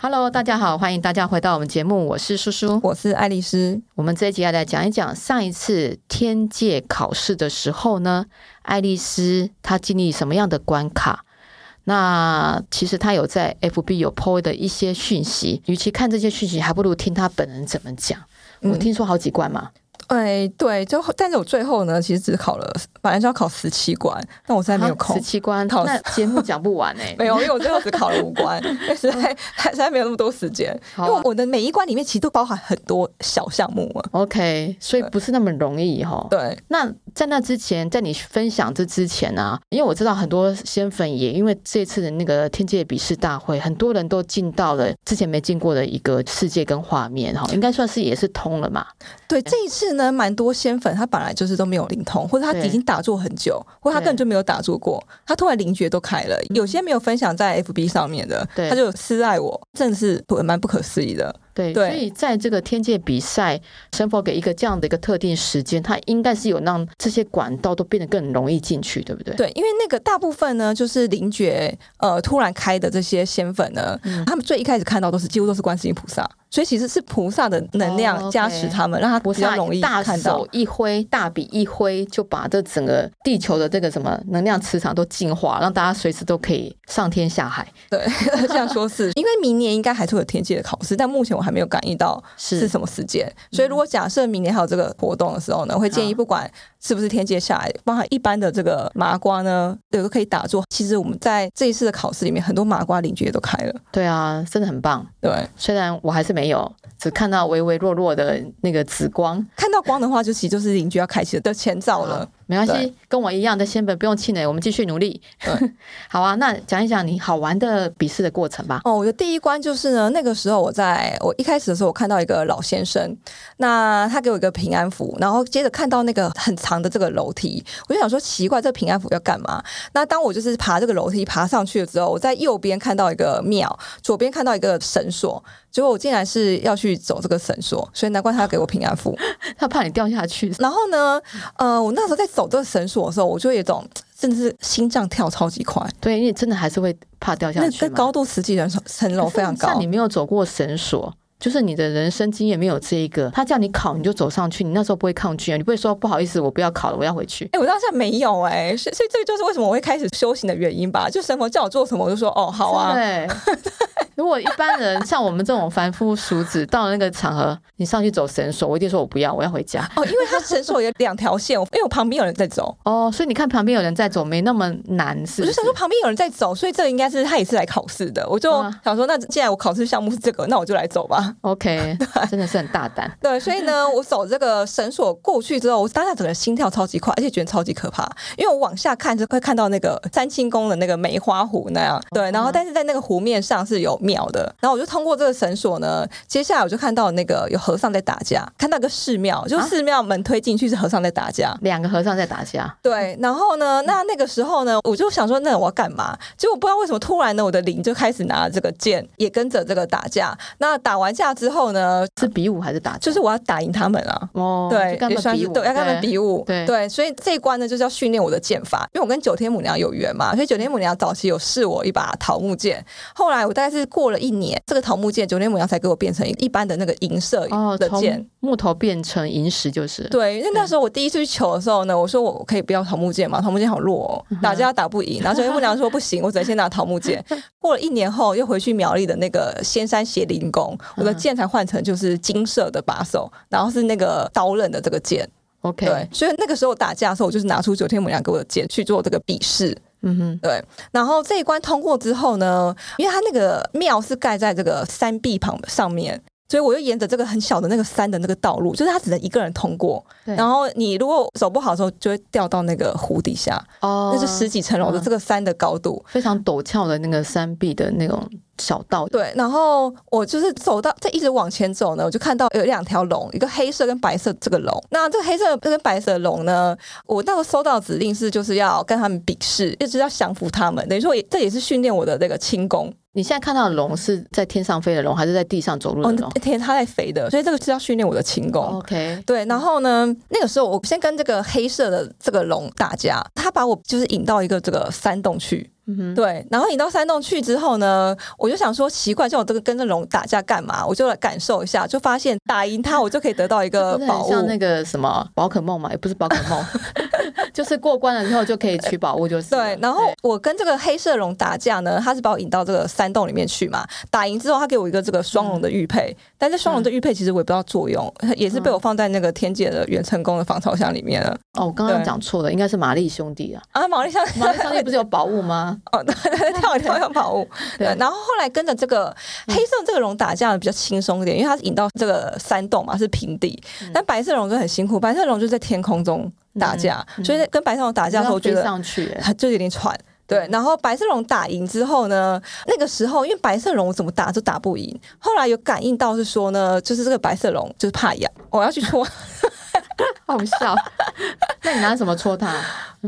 Hello，大家好，欢迎大家回到我们节目，我是叔叔。我是爱丽丝。我们这一集要来讲一讲上一次天界考试的时候呢，爱丽丝她经历什么样的关卡？那其实她有在 FB 有 PO 的一些讯息，与其看这些讯息，还不如听她本人怎么讲。我嗯听说好几关嘛，哎，对，就但是我最后呢，其实只考了，本来就要考十七关，但我实在没有空啊十。七关，考那节目讲不完哎、 没有，因为我最后只考了五关， 因为实在实在没有那么多时间。嗯好因啊为我的每一关里面其实都包含很多小项目嘛。 OK，所以不是那么容易哈。对，那在那之前，在你分享这之前啊，因为我知道很多仙粉也因为这次的那个天界笔试大会，很多人都进到了之前没进过的一个世界跟画面哈，应该算是也是通了嘛。对，这一次呢，蛮多仙粉他本来就是都没有灵通，或者他对已经打坐很久，或者他根本就没有打坐过，他突然灵觉都开了。有些没有分享在 FB 上面的，嗯对他就私爱我，真的是不蛮不可思议的。对，对所以在这个天界比赛，神佛给一个这样的一个特定时间，它应该是有让这些管道都变得更容易进去，对不对？对，因为那个大部分呢，就是灵觉呃突然开的这些仙粉呢，嗯他们最一开始看到都是几乎都是观世音菩萨，所以其实是菩萨的能哦量，OK 加持他们，让他菩比较萨容易大看到手。一挥，大笔一挥，就把这整个地球的这个什么能量磁场都净化，让大家随时都可以上天下海。对， 这样说是因为明年应该还是会有天界的考试，但目前我还没有感应到是是什么时间。所以如果假设明年还有这个活动的时候呢，会建议好不管是不是天界下来，包含一般的这个麻瓜呢，有个可以打坐。其实我们在这一次的考试里面，很多麻瓜灵觉都开了。对啊，真的很棒。对，虽然我还是没有，只看到微微弱弱的那个紫光。啊看到光的话，就其实就是邻居要开启的前兆了。没关系对，跟我一样的仙本不用气馁，我们继续努力对。 好啊，那讲一讲你好玩的笔试的过程 吧。哦，我的第一关就是呢，那个时候我在我一开始的时候，我看到一个老先生，那他给我一个平安符，然后接着看到那个很长的这个楼梯，我就想说奇怪，这平安符要干嘛？那当我就是爬这个楼梯爬上去了之后，我在右边看到一个庙，左边看到一个绳索，结果我竟然是要去走这个绳索，所以难怪他要给我平安符。他怕你掉下去，然后呢，呃，我那时候在走这个绳索的时候，我就有一种甚至心脏跳超级快。对，因为真的还是会怕掉下那去个嘛。高度十几层层楼非常可是高像你。没有走过绳索，就是你的人生经验没有这一个，他叫你考你就走上去，你那时候不会抗拒啊，你不会说不好意思，我不要考了，我要回去。哎、我当下没有哎、所以所以这个就是为什么我会开始修行的原因吧。就神佛叫我做什么，我就说哦好啊。对。欸 如果一般人像我们这种凡夫俗子，到了那个场合，你上去走绳索，我一定说我不要，我要回家。哦，因为它绳索有两条线，我因为我旁边有人在走，哦，所以你看旁边有人在走，没那么难，是不？我就是想说旁边有人在走，所以这个应该是他也是来考试的。我就啊想说，那既然我考试项目是这个，那我就来走吧。 OK，真的是很大胆。对，所以呢，我走这个绳索过去之后，我当下整个人心跳超级快，而且觉得超级可怕，因为我往下看就会看到那个三清宫的那个梅花湖那样。对，然后但是在那个湖面上是有庙的，然后我就通过这个绳索呢，接下来我就看到那个有和尚在打架，看到一个寺庙，就啊寺庙门推进去是和尚在打架。两个和尚在打架，对，然后呢，那那个时候呢，我就想说，那我要干嘛？结果不知道为什么，突然呢，我的灵就开始拿这个剑，也跟着这个打架。那打完架之后呢，是比武还是打架？就是我要打赢他们啊。哦，对就，跟也他算们比是武，对，要跟他们比武，对所以这一关呢，就是要训练我的剑法，因为我跟九天母娘有缘嘛，所以九天母娘早期有试我一把桃木剑，后来我大概是过了一年，这个桃木剑九天母娘才给我变成一般的那个银色哦，的剑。从木头变成银石就是。对，因为那时候我第一次去求的时候呢，我说我可以不要桃木剑嘛，桃木剑好弱哦，嗯打架打不赢。然后九天木娘说不行，我只能先拿桃木 剑。过了一年后，又回去苗栗的那个仙山邪灵宫，嗯我的剑才换成就是金色的把手，然后是那个刀刃的这个剑。 OK，对，所以那个时候打架的时候，我就是拿出九天母娘给我的剑去做这个笔试。嗯哼，对，然后这一关通过之后呢，因为它那个庙是盖在这个山壁旁上面。所以我就沿着这个很小的那个山的那个道路，就是它只能一个人通过。对然后你如果走不好的时候，就会掉到那个湖底下，哦，那是十几层楼的这个山的高度。非常陡峭的那个山壁的那种小道，对，然后我就是走到这一直往前走呢，我就看到有两条龙，一个黑色跟白色这个龙。那这个黑色跟白色的龙呢，我那时候收到指令是就是要跟他们比试，一直要降服他们，等于说也这也是训练我的那个轻功。你现在看到的龙是在天上飞的龙，还是在地上走路的哦龙，天，他在肥的，所以这个是要训练我的轻功。 ？OK，对，然后呢，那个时候我先跟这个黑色的这个龙打架，他把我就是引到一个这个山洞去。嗯哼，对，然后引到山洞去之后呢，我就想说奇怪，叫我这个跟这龙打架干嘛？我就来感受一下，就发现打赢他，我就可以得到一个不是呃宝很物。像那个什么宝可梦嘛？也不是宝可 梦，就是过关了之后就可以取宝物，就是了对，然后我跟这个黑色龙打架呢，他是把我引到这个山洞里面去嘛。打赢之后，他给我一个这个双龙的玉佩，但是双龙的玉佩其实我也不知道作用，也是被我放在那个天界的元成功的防潮箱里面了。哦，我刚刚对讲错了，应该是玛丽兄弟啊，啊，毛利香，玛丽兄弟不是有宝物 吗？哦， 对对，跳一跳跳跑物。对对，嗯然后后来跟着这个黑色这个龙打架比较轻松一点，因为它引到这个山洞嘛，是平地。嗯但白色龙就很辛苦，白色龙就在天空中打架，所以跟白色龙打架的时候，我嗯觉飞得上嗯去、 欸，它就有点喘。对，然后白色龙打赢之后呢，那个时候因为白色龙我怎么打都打不赢，后来有感应到是说呢，就是这个白色龙就是怕痒，我要 去戳，好笑。 那你拿什么戳他？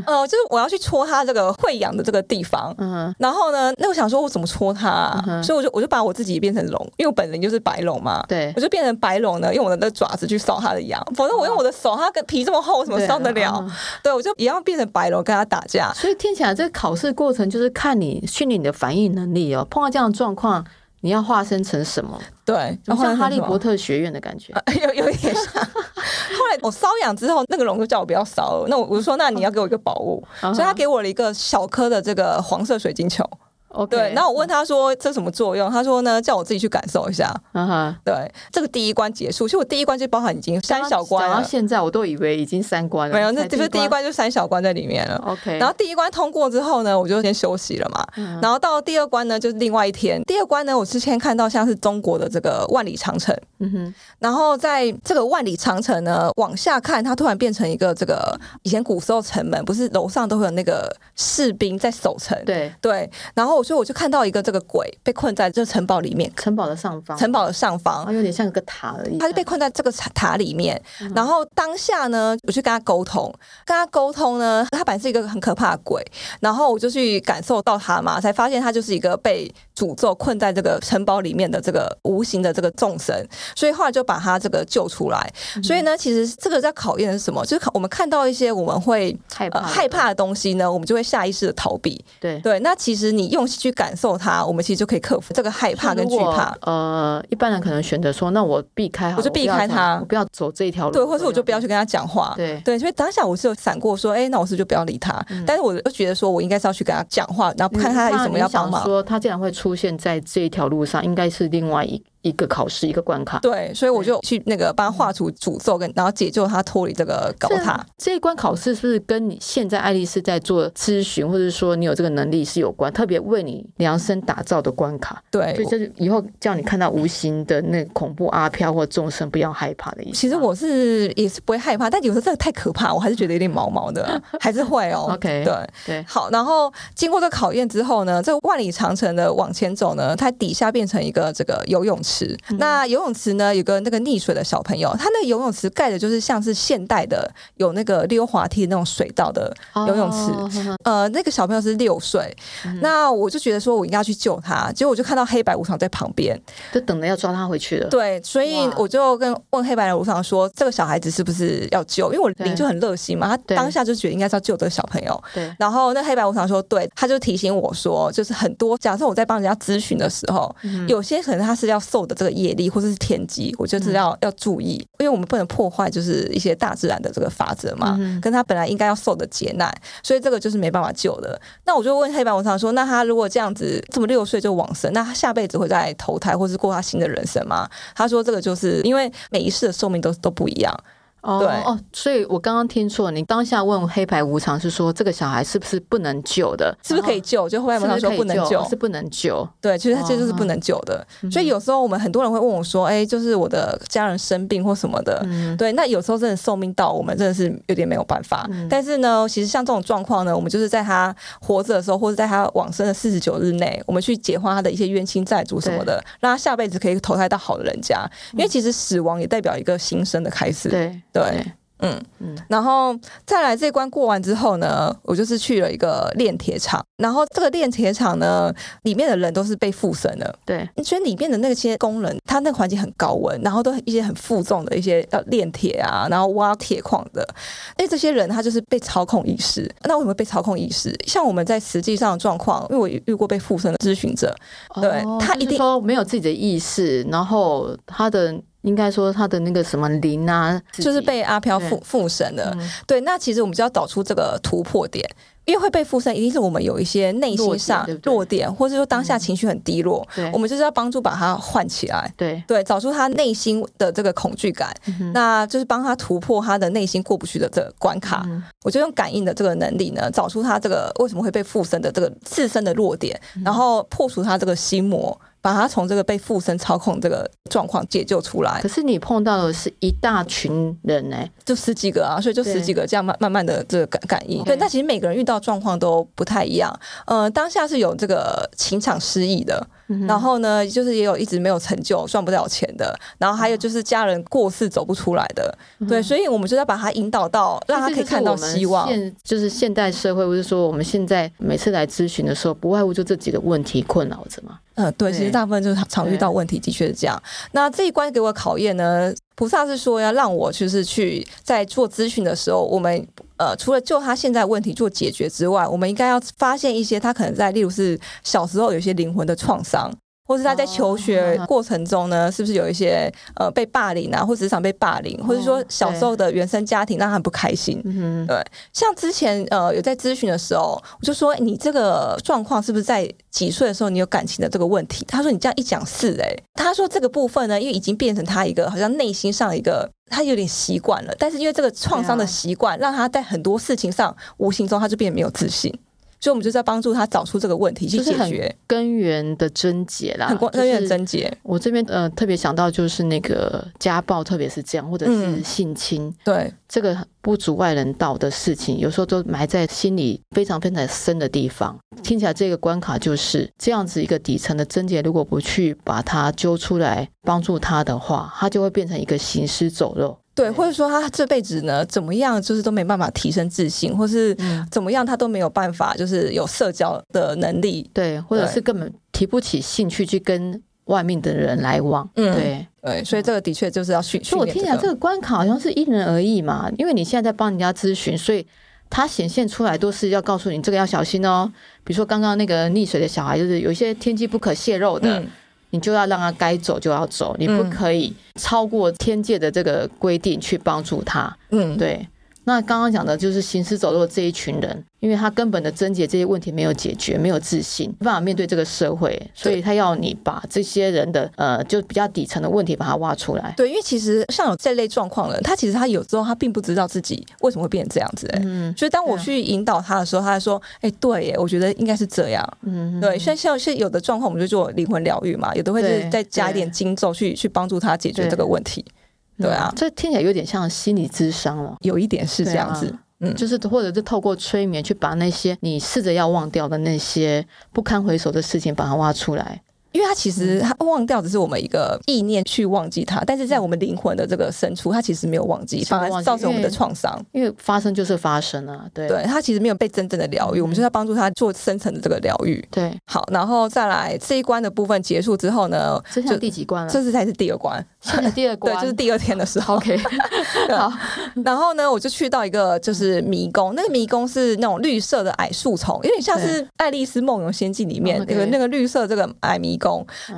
呃，就是我要去戳它这个会痒的这个地方，嗯，然后呢，那我想说我怎么戳它、啊嗯哼所以我就我就把我自己变成龙，因为我本人就是白龙嘛。对我，就变成白龙呢，用我的那爪子去搔它的痒，否则我用我的手，它跟皮这么厚，我怎么哦对搔得了？嗯对，我就一样变成白龙跟它打架。所以听起来这个考试过程就是看你训练你的反应能力哦。碰到这样的状况，你要化身成什么？对，怎么后来像哈利什么波特学院的感觉？ 有有一点像。后来我瘙痒之后，那个龙就叫我不要搔了。那我我就说，那你要给我一个宝物，所呃所以他给我了一个小颗的这个黄色水晶球。 OK，对，然后我问他说这什么作用？他说呢，叫我自己去感受一下。嗯哼，对，这个第一关结束，其实我第一关就包含已经三小关讲了到，现在我都以为已经三关了，没有，那才就是第一。关就三小关在里面了。 OK，然后第一关通过之后呢，我就先休息了嘛。嗯然后到第二关呢，就是另外一天。第二关呢，我之前看到像是中国的这个万里长城，嗯哼，然后在这个万里长城呢往下看，它突然变成一个这个以前古时候城门，不是楼上都会有那个士兵在守城。对，对，然后所以我就看到一个这个鬼被困在这城堡里面，城堡的上方，城堡的上方啊，。有点像个塔而已。他就被困在这个塔塔里面，嗯然后当下呢，我去跟他沟通，跟他沟通呢，他本来是一个很可怕的鬼，然后我就去感受到他嘛，才发现他就是一个被诅咒困在这个城堡里面的这个无形的这个众生，所以后来就把他这个救出来。嗯所以呢，其实这个在考验的是什么？就是我们看到一些我们会。害怕呃，的害怕的东西呢，我们就会下意识的逃避。对。对，那其实你用心去感受它，我们其实就可以克服这个害怕跟惧如果怕。呃，一般人可能选择说，那我避开好了，我就避开它我不要走我不要走这一条路，对，或者我就啊不要去跟他讲话。对对，所以当下我是有闪过说，哎、那我是不是就不要理他。但是我就觉得说我应该是要去跟他讲话，然后看他有什么要帮你想忙。说他既然会出现在这一条路上，应该是另外一一个考试一个关卡。对，嗯所以我就去那个帮他画出诅咒跟，然后解救他脱离这个高塔。这这一关考试是不是跟你现在爱丽丝在做咨询，或者说你有这个能力是有关？特别为你量身打造的关卡，对所，以哎我这是以后叫你看到无形的那个恐怖阿飘或众生不要害怕的意思吗。其实我是啊也是不会害怕，但有时候真的太可怕，我还是觉得有点毛毛的， 还是会哦。 OK 对。对好，然后经过这考验之后呢，这个万里长城的往前走呢，它底下变成一个这个游泳池。那游泳池呢，有个那个溺水的小朋友，他那个游泳池盖的就是像是现代的有那个溜滑梯那种水道的游泳池。哦呵呵呃，那个小朋友是六岁，那我就觉得说我应该去救他，结果我就看到黑白无常在旁边，就等着要抓他回去了。对，所以哇我就跟问黑白无常说，这个小孩子是不是要救？因为我灵对就很热心嘛，他对当下就觉得应该是要救这个小朋友。对然后那黑白无常说，对，他就提醒我说，就是很多假设我在帮人家咨询的时候，嗯有些可能他是要受的这个业力或者是天机，我嗯就是要、要注意，因为我们不能破坏就是一些大自然的这个法则嘛，嗯哼跟他本来应该要受的劫难，所以这个就是没办法救的。那我就问黑白无常说，那他如果这样子这么六岁就往生，那他下辈子会再投胎或是过他新的人生吗？他说这个就是因为每一世的寿命都都不一样，哦对哦，所以我刚刚听错，你当下问黑白无常是说这个小孩是不是不能救的？是不是可以救？就黑白然无后？常是说不是可以不能救哦，是不能救。嗯对，其实它这就是哦不能救的。所以有时候我们很多人会问我说：“哎、就是我的家人生病或什么的。嗯，对，那有时候真的寿命到，我们真的是有点没有办法。但是呢，其实像这种状况呢，我们就是在他活着的时候，或者在他往生的四十九日内，我们去解化他的一些冤亲债主什么的，让他下辈子可以投胎到好的人家。因为其实死亡也代表一个新生的开始。对对，嗯嗯嗯，然后再来这关过完之后呢，我就是去了一个炼铁厂，然后这个炼铁厂呢，里面的人都是被附身的，对，所以里面的那些工人，他那个环境很高温，然后都一些很负重的一些要炼铁啊，然后挖铁矿的，因为这些人他就是被操控意识。那为什么被操控意识？像我们在实际上的状况，因为我也遇过被附身的咨询者，对哦他就一是定说没有自己的意识，然后他的应该说他的那个什么灵啊，自就是己被阿飘对附附身的。嗯对，那其实我们就要找出这个突破点，因为会被附身，一定是我们有一些内弱心点上对不对弱点，或者说当下情绪很低落，对我们就是要帮助把它唤起来。对，嗯对，找出他内心的这个恐惧感，那就是帮他突破他的内心过不去的这个关卡。嗯我就用感应的这个能力呢，找出他这个为什么会被附身的这个自身的弱点，嗯然后破除他这个心魔，把他从这个被附身操控这个状况解救出来可。是你碰到的是一大群人哎、就十几个啊，所以就对十几个这样慢慢慢的这个感感应。 OK 对，但其实每个人遇到状况都不太一样。呃，当下是有这个情场失意的，嗯然后呢，就是也有一直没有成就、赚不了钱的，然后还嗯有就是家人过世走不出来的。对，所以我们就要把他引导到，让他可以看到希望这。就是我们现就是现代社会，或者说我们现在每次来咨询的时候，不外乎就这几个问题困扰着嘛。嗯，对，对其实大部分就是常常遇到问题，的确是这样。那这一关给我的考验呢，菩萨是说要让我就是去在做咨询的时候，我们呃除了就他现在问题做解决之外，我们应该要发现一些他可能在，例如是小时候有一些灵魂的创伤。或是他在求学哦过程中呢，是不是有一些呃被霸凌啊，或职场被霸凌，或者哦说小时候的原生家庭让他很不开心？嗯对，像之前呃有在咨询的时候，我就说你这个状况是不是在几岁的时候你有感情的这个问题？他说你这样一讲是诶、他说这个部分呢，因为已经变成他一个好像内心上一个他有点习惯了，但是因为这个创伤的对啊习惯，让他在很多事情上无形中他就变得没有自信。所以我们就在帮助他找出这个问题去就是解很决，根源的症结啦，很关关键的就是症结。我这边呃特别想到就是那个家暴，特别是这样，或者是嗯性侵，对，这个不足外人道的事情，有时候都埋在心里非常非常深的地方。听起来这个关卡就是这样子一个底层的症结，如果不去把它揪出来帮助他的话，他就会变成一个行尸走肉。对，或者说他这辈子呢怎么样，就是都没办法提升自信，或是嗯，怎么样他都没有办法，就是有社交的能力。对，或者对是根本提不起兴趣去跟外面的人来往。嗯对，对，所以这个的确就是要训所以训我练听起来这个。个关卡好像是因人而异嘛，因为你现在在帮人家咨询，所以它显现出来都是要告诉你这个要小心哦。比如说刚刚那个溺水的小孩，就是有一些天机不可泄露的，嗯，你就要让他该走就要走，你不嗯可以超过天界的这个规定去帮助他。嗯，对，那刚刚讲的就是行尸走肉这一群人，因为他根本的症结这些问题没有解决，没有自信，没办法面对这个社会，所以他要你把这些人的呃就比较底层的问题把它挖出来。对，因为其实像有这类状况的人，他其实他有时候他并不知道自己为什么会变成这样子、欸。嗯所以当我对啊去引导他的时候，他就说：“哎、对耶，我觉得应该是这样。嗯，对，像像是有的状况，我们就做灵魂疗愈嘛，有的会对是再加一对点经咒去去帮助他解决对这个问题。对啊嗯这听起来有点像心理智商了。有一点是这对啊样子，嗯，就是或者是透过催眠去把那些你试着要忘掉的那些不堪回首的事情把它挖出来。因为他其实他忘掉只是我们一个意念去忘记他，但是在我们灵魂的这个深处，他其嗯实没有忘记，是没反有忘而记造成我们因为的创伤。因为发生就是发生啊，对对他其实没有被真正的疗愈，嗯我们就是要帮助他做深层的这个疗愈。对，好，然后再来这一关的部分结束之后呢，这下第几关了？这是才是第二关，现在第二 对关，，就是第二天的时候。 OK，好，然后呢，我就去到一个就是迷宫，那个迷宫是那种绿色的矮树丛，有点像是《爱丽丝梦游仙境》里面哦，OK 嗯那个那个绿色这个矮迷宫。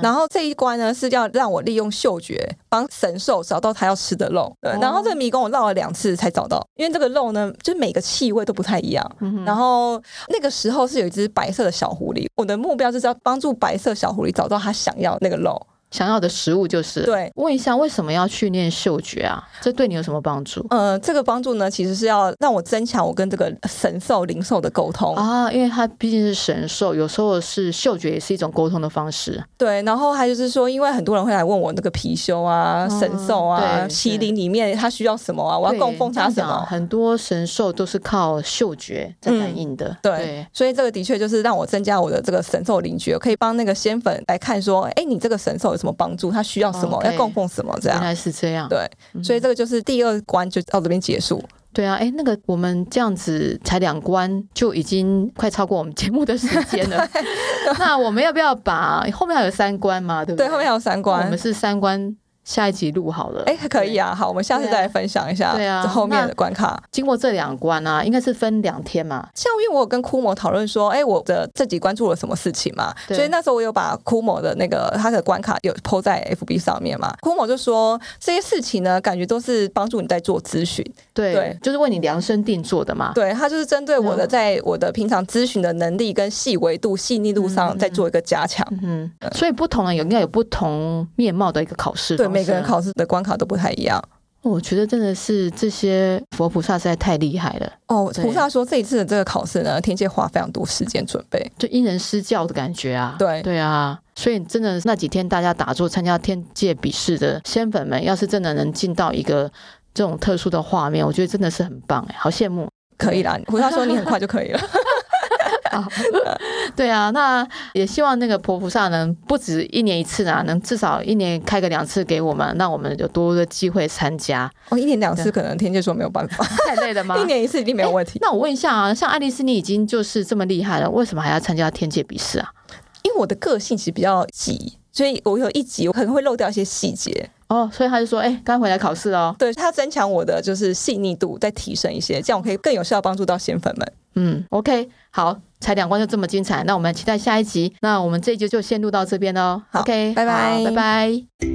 然后这一关呢是要让我利用嗅觉帮神兽找到它要吃的肉。对哦，然后这个迷宫我绕了两次才找到，因为这个肉呢，就是每个气味都不太一样。嗯然后那个时候是有一只白色的小狐狸，我的目标就是要帮助白色小狐狸找到它想要那个肉。想要的食物就是。对问一下为什么要训练嗅觉啊？这对你有什么帮助？呃，这个帮助呢，其实是要让我增强我跟这个神兽、灵兽的沟通。啊，因为它毕竟是神兽，有时候是嗅觉也是一种沟通的方式。对，然后还有就是说，因为很多人会来问我那个貔貅啊、嗯神兽啊、对麒麟里面它需要什么啊，我要对供奉它这什样讲么。嗯很多神兽都是靠嗅觉在感应的。对，所以这个的确就是让我增加我的这个神兽灵觉，可以帮那个仙粉来看说，哎，你这个神兽有什什么帮助，他需要什么，哦 OK 要供奉什么这原样。来是这样。嗯对，所以这个就是第二关就到这边结束。对啊，哎，那个我们这样子才两关，就已经快超过我们节目的时间 了。 那我们要不要把后面还有三关嘛？对不对，对？后面还有三那关我们。是三关，下一集录好了。哎，还可以啊，好，我们下次对啊再来分享一下对啊这后面那的关卡。经过这两关啊，应该是分两天嘛。像因为我有跟枯某讨论说，哎、我的这集关注了什么事情嘛，对所以那时候我有把枯某的那个他的关卡有 PO 在 FB 上面嘛。枯某就说这些事情呢，感觉都是帮助你在做咨询，对，对就是为你量身定做的嘛。对他就是针对我的啊嗯在我的平常咨询的能力跟细维度、细腻度上再做一个加强。嗯，所以不同人有应该有不同面貌的一个考试对方式啊哦每个人，考试的关卡都不太一样我觉得真的是这些佛菩萨实在太厉害了，哦。对菩萨说这一次的这个考试呢，天界花非常多时间准备。就因人施教的感觉啊。对对啊，所以真的那几天大家打坐参加天界比试的仙粉们，要是真的能进到一个这种特殊的画面，我觉得真的是很棒哎，好羡慕。可以 啦，菩萨说你很快就可以了。哦 对啊，那也希望那个婆菩萨能不止一年一次啊，能至少一年开个两次给我们，让我们有多的机会参加。 哦，一年两次可能天界说没有办法， ？太累了吗一年一次一定没有问题。 那我问一下啊，像爱丽丝，你已经就是这么厉害了，为什么还要参加天界比试啊？因为我的个性其实比较急，所以我有一集我可能会漏掉一些细节。哦，所以他就说，哎、刚回来考试哦。对，它增强我的就是细腻度，再提升一些，这样我可以更有效地帮助到仙粉们。嗯，OK，好，才两关就这么精彩，那我们期待下一集。那我们这一集就先录到这边喽。好 OK，拜拜好拜拜。